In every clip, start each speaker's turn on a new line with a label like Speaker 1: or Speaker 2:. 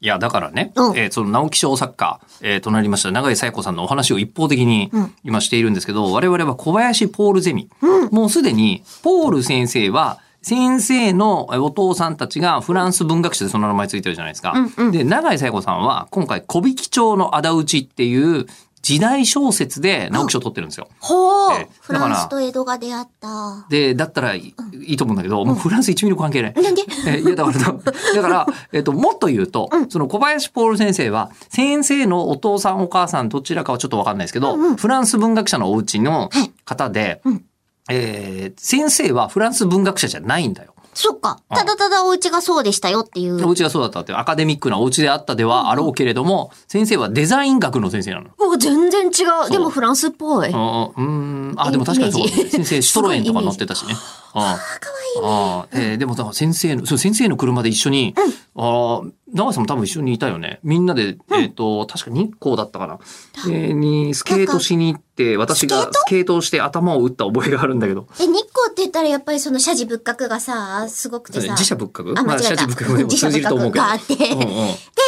Speaker 1: いや、だからね、
Speaker 2: うん
Speaker 1: えーその直木賞作家、えーとなりました永井紗耶子さんのお話を一方的に
Speaker 2: うん
Speaker 1: 今しているんですけど、我々は小林ポールゼミ。
Speaker 2: うん
Speaker 1: もうすでに、ポール先生は、先生のお父さんたちがフランス文学者でその名前ついてるじゃないですか。
Speaker 2: うんうん
Speaker 1: で、永井紗耶子さんは、今回、小引町の仇討ちっていう時代小説で直木賞を取ってるんですよ。
Speaker 2: ほう
Speaker 1: ええ
Speaker 2: フ
Speaker 1: だか
Speaker 2: ラ
Speaker 1: ら
Speaker 2: ンスと江戸が出会った。
Speaker 1: で、だったらいいいいと思うんだけど、もうフランス1ミリも関係ない。
Speaker 2: なんで
Speaker 1: えいやだからだだから、えっと、もっと言うと、その小林ポール先生は先生のお父さんお母さんどちらかはちょっとわかんないですけど、
Speaker 2: うんうん
Speaker 1: フランス文学者のお家の
Speaker 2: はい
Speaker 1: 方で、
Speaker 2: うん
Speaker 1: えー先生はフランス文学者じゃないんだよ。
Speaker 2: そっか。
Speaker 1: うん
Speaker 2: ただただお家がそうでしたよっていう。
Speaker 1: お家がそうだったってアカデミックなお家であったではあろうけれども、先生はデザイン学の先生なの。
Speaker 2: お全然違う。でもフランスっぽい。かわ
Speaker 1: あーうーんあでも確かにそうだ
Speaker 2: イメ
Speaker 1: ね
Speaker 2: ージ
Speaker 1: 先生シトロエンとか乗ってたしね。あー
Speaker 2: いい。
Speaker 1: ああ、えーでもだから先生の、そう、先生の車で一緒に、ああ、長井さんも多分一緒にいたよね。みんなで、えっ、と、確か日光だったかな。えーに、スケートしに行って、私
Speaker 2: スケ
Speaker 1: が
Speaker 2: ート
Speaker 1: スケートをして頭を打った覚えがあるんだけど。
Speaker 2: え、日光って言ったらやっぱりその社寺仏閣がさ、すごくてさ。
Speaker 1: 自社仏閣
Speaker 2: あ、間違
Speaker 1: 社
Speaker 2: えた。
Speaker 1: 寺仏閣 でも
Speaker 2: 自社
Speaker 1: 通じる
Speaker 2: 仏
Speaker 1: と思う
Speaker 2: 閣
Speaker 1: けど
Speaker 2: があ。って。
Speaker 1: うん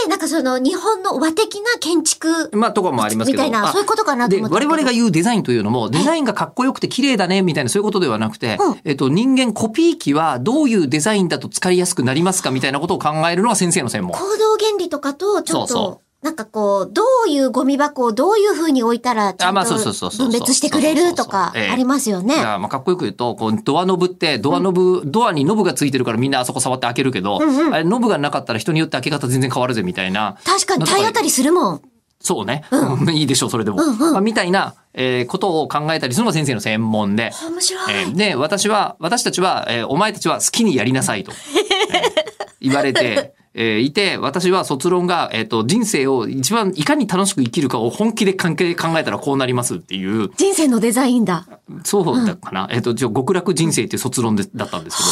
Speaker 2: で、なんかその日本の和的な建築
Speaker 1: うん。まあ、とかもあります
Speaker 2: み
Speaker 1: けど。
Speaker 2: たいな、
Speaker 1: あ
Speaker 2: そういうことかなと
Speaker 1: で、
Speaker 2: 思って。
Speaker 1: 我々が言うデザインというのも、デザインがかっこよくて綺麗だね、みたいな、そういうことではなくて、
Speaker 2: うん
Speaker 1: えっと、人間コピー機はどういうデザインだと使いやすくなりますか、みたいなことを考えるのが先生の専門。
Speaker 2: 行動原理とかと、ち
Speaker 1: そ
Speaker 2: ょっ
Speaker 1: うそ
Speaker 2: と、なんかこう、どういうゴミ箱をどういう風に置いたら、ちゃ
Speaker 1: あ
Speaker 2: ん
Speaker 1: まあそうそうそう
Speaker 2: と
Speaker 1: そう
Speaker 2: 分別してくれる
Speaker 1: そう
Speaker 2: とか、
Speaker 1: そうそうそうええ
Speaker 2: ありますよ
Speaker 1: だか
Speaker 2: ね。
Speaker 1: らまあかっこよく言うと、こう、ドアノブって、ドアノブ、ドアにノブがついてるからみんなあそこ触って開けるけど、
Speaker 2: うんうん
Speaker 1: あれ、ノブがなかったら人によって開け方全然変わるぜみたいな、
Speaker 2: 確かに体当たりするもん。
Speaker 1: そうね。いいでしょう、それでも。
Speaker 2: うんうん
Speaker 1: まあみたいな、えーことを考えたりするのが先生の専門で。
Speaker 2: 面白
Speaker 1: え
Speaker 2: い。
Speaker 1: ーで、私は、私たちは、えーお前たちは好きにやりなさいと、えー言われて、えーいて、私は卒論が、えっ、と、人生を一番いかに楽しく生きるかを本気で関係考えたらこうなりますっていう、
Speaker 2: 人生のデザインだ。
Speaker 1: そうだったかな、えっ、と、一応極楽人生っていう卒論でだったんですけど、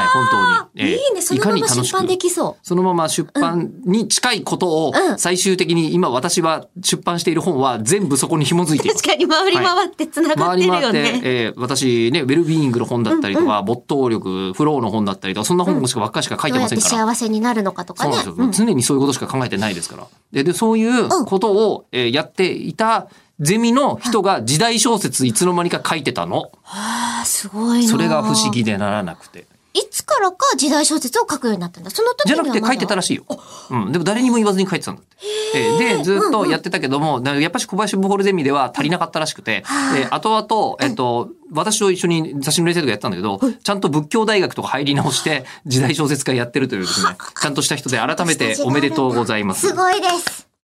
Speaker 1: はい、本当に。
Speaker 2: いいね、そのまま出版で
Speaker 1: き
Speaker 2: きそ
Speaker 1: そのまま出版に近いことを
Speaker 2: うん、。
Speaker 1: 最終的に今私は出版している本は全部そこに紐づいうています
Speaker 2: 確。かに回り回って繋がっ
Speaker 1: 回
Speaker 2: て
Speaker 1: り
Speaker 2: る
Speaker 1: 回
Speaker 2: よ
Speaker 1: っ
Speaker 2: ね。
Speaker 1: て、えー私ね、ウェルビーイングの本だったりとか、没頭力、フローの本だったりとか、そんな本しかばっかりしか書い
Speaker 2: ど
Speaker 1: て
Speaker 2: うや
Speaker 1: ま
Speaker 2: っ
Speaker 1: せん
Speaker 2: て
Speaker 1: から。
Speaker 2: 幸せになるのかとか
Speaker 1: そう
Speaker 2: ね
Speaker 1: なん。ですよ。常にそういうことしか考えてないですから。で、でそういうことを、えーやっていたゼミの人が時代小説いつの間にか書いてたの。
Speaker 2: ああ、すごいな。
Speaker 1: それが不思。議でならなくて。
Speaker 2: いつからか時代小説を書くようになったんだ。その時
Speaker 1: じ
Speaker 2: に
Speaker 1: ゃ
Speaker 2: は
Speaker 1: なくて書いてた
Speaker 2: ら。
Speaker 1: らしいよ。うん。でも誰にも言わずに書いてたんだって。えーで、ずっとやってたけども、だからやっぱし小林ボホルゼミでは足りなかったらしくて、えー後々、えっと、私と一緒に雑誌の連載とかやってたんだけど、ちゃんと仏教大学とか入り直して、時代小説家やってるというですね、ちゃんとした人で改めておめでとうございます
Speaker 2: す。ごいです。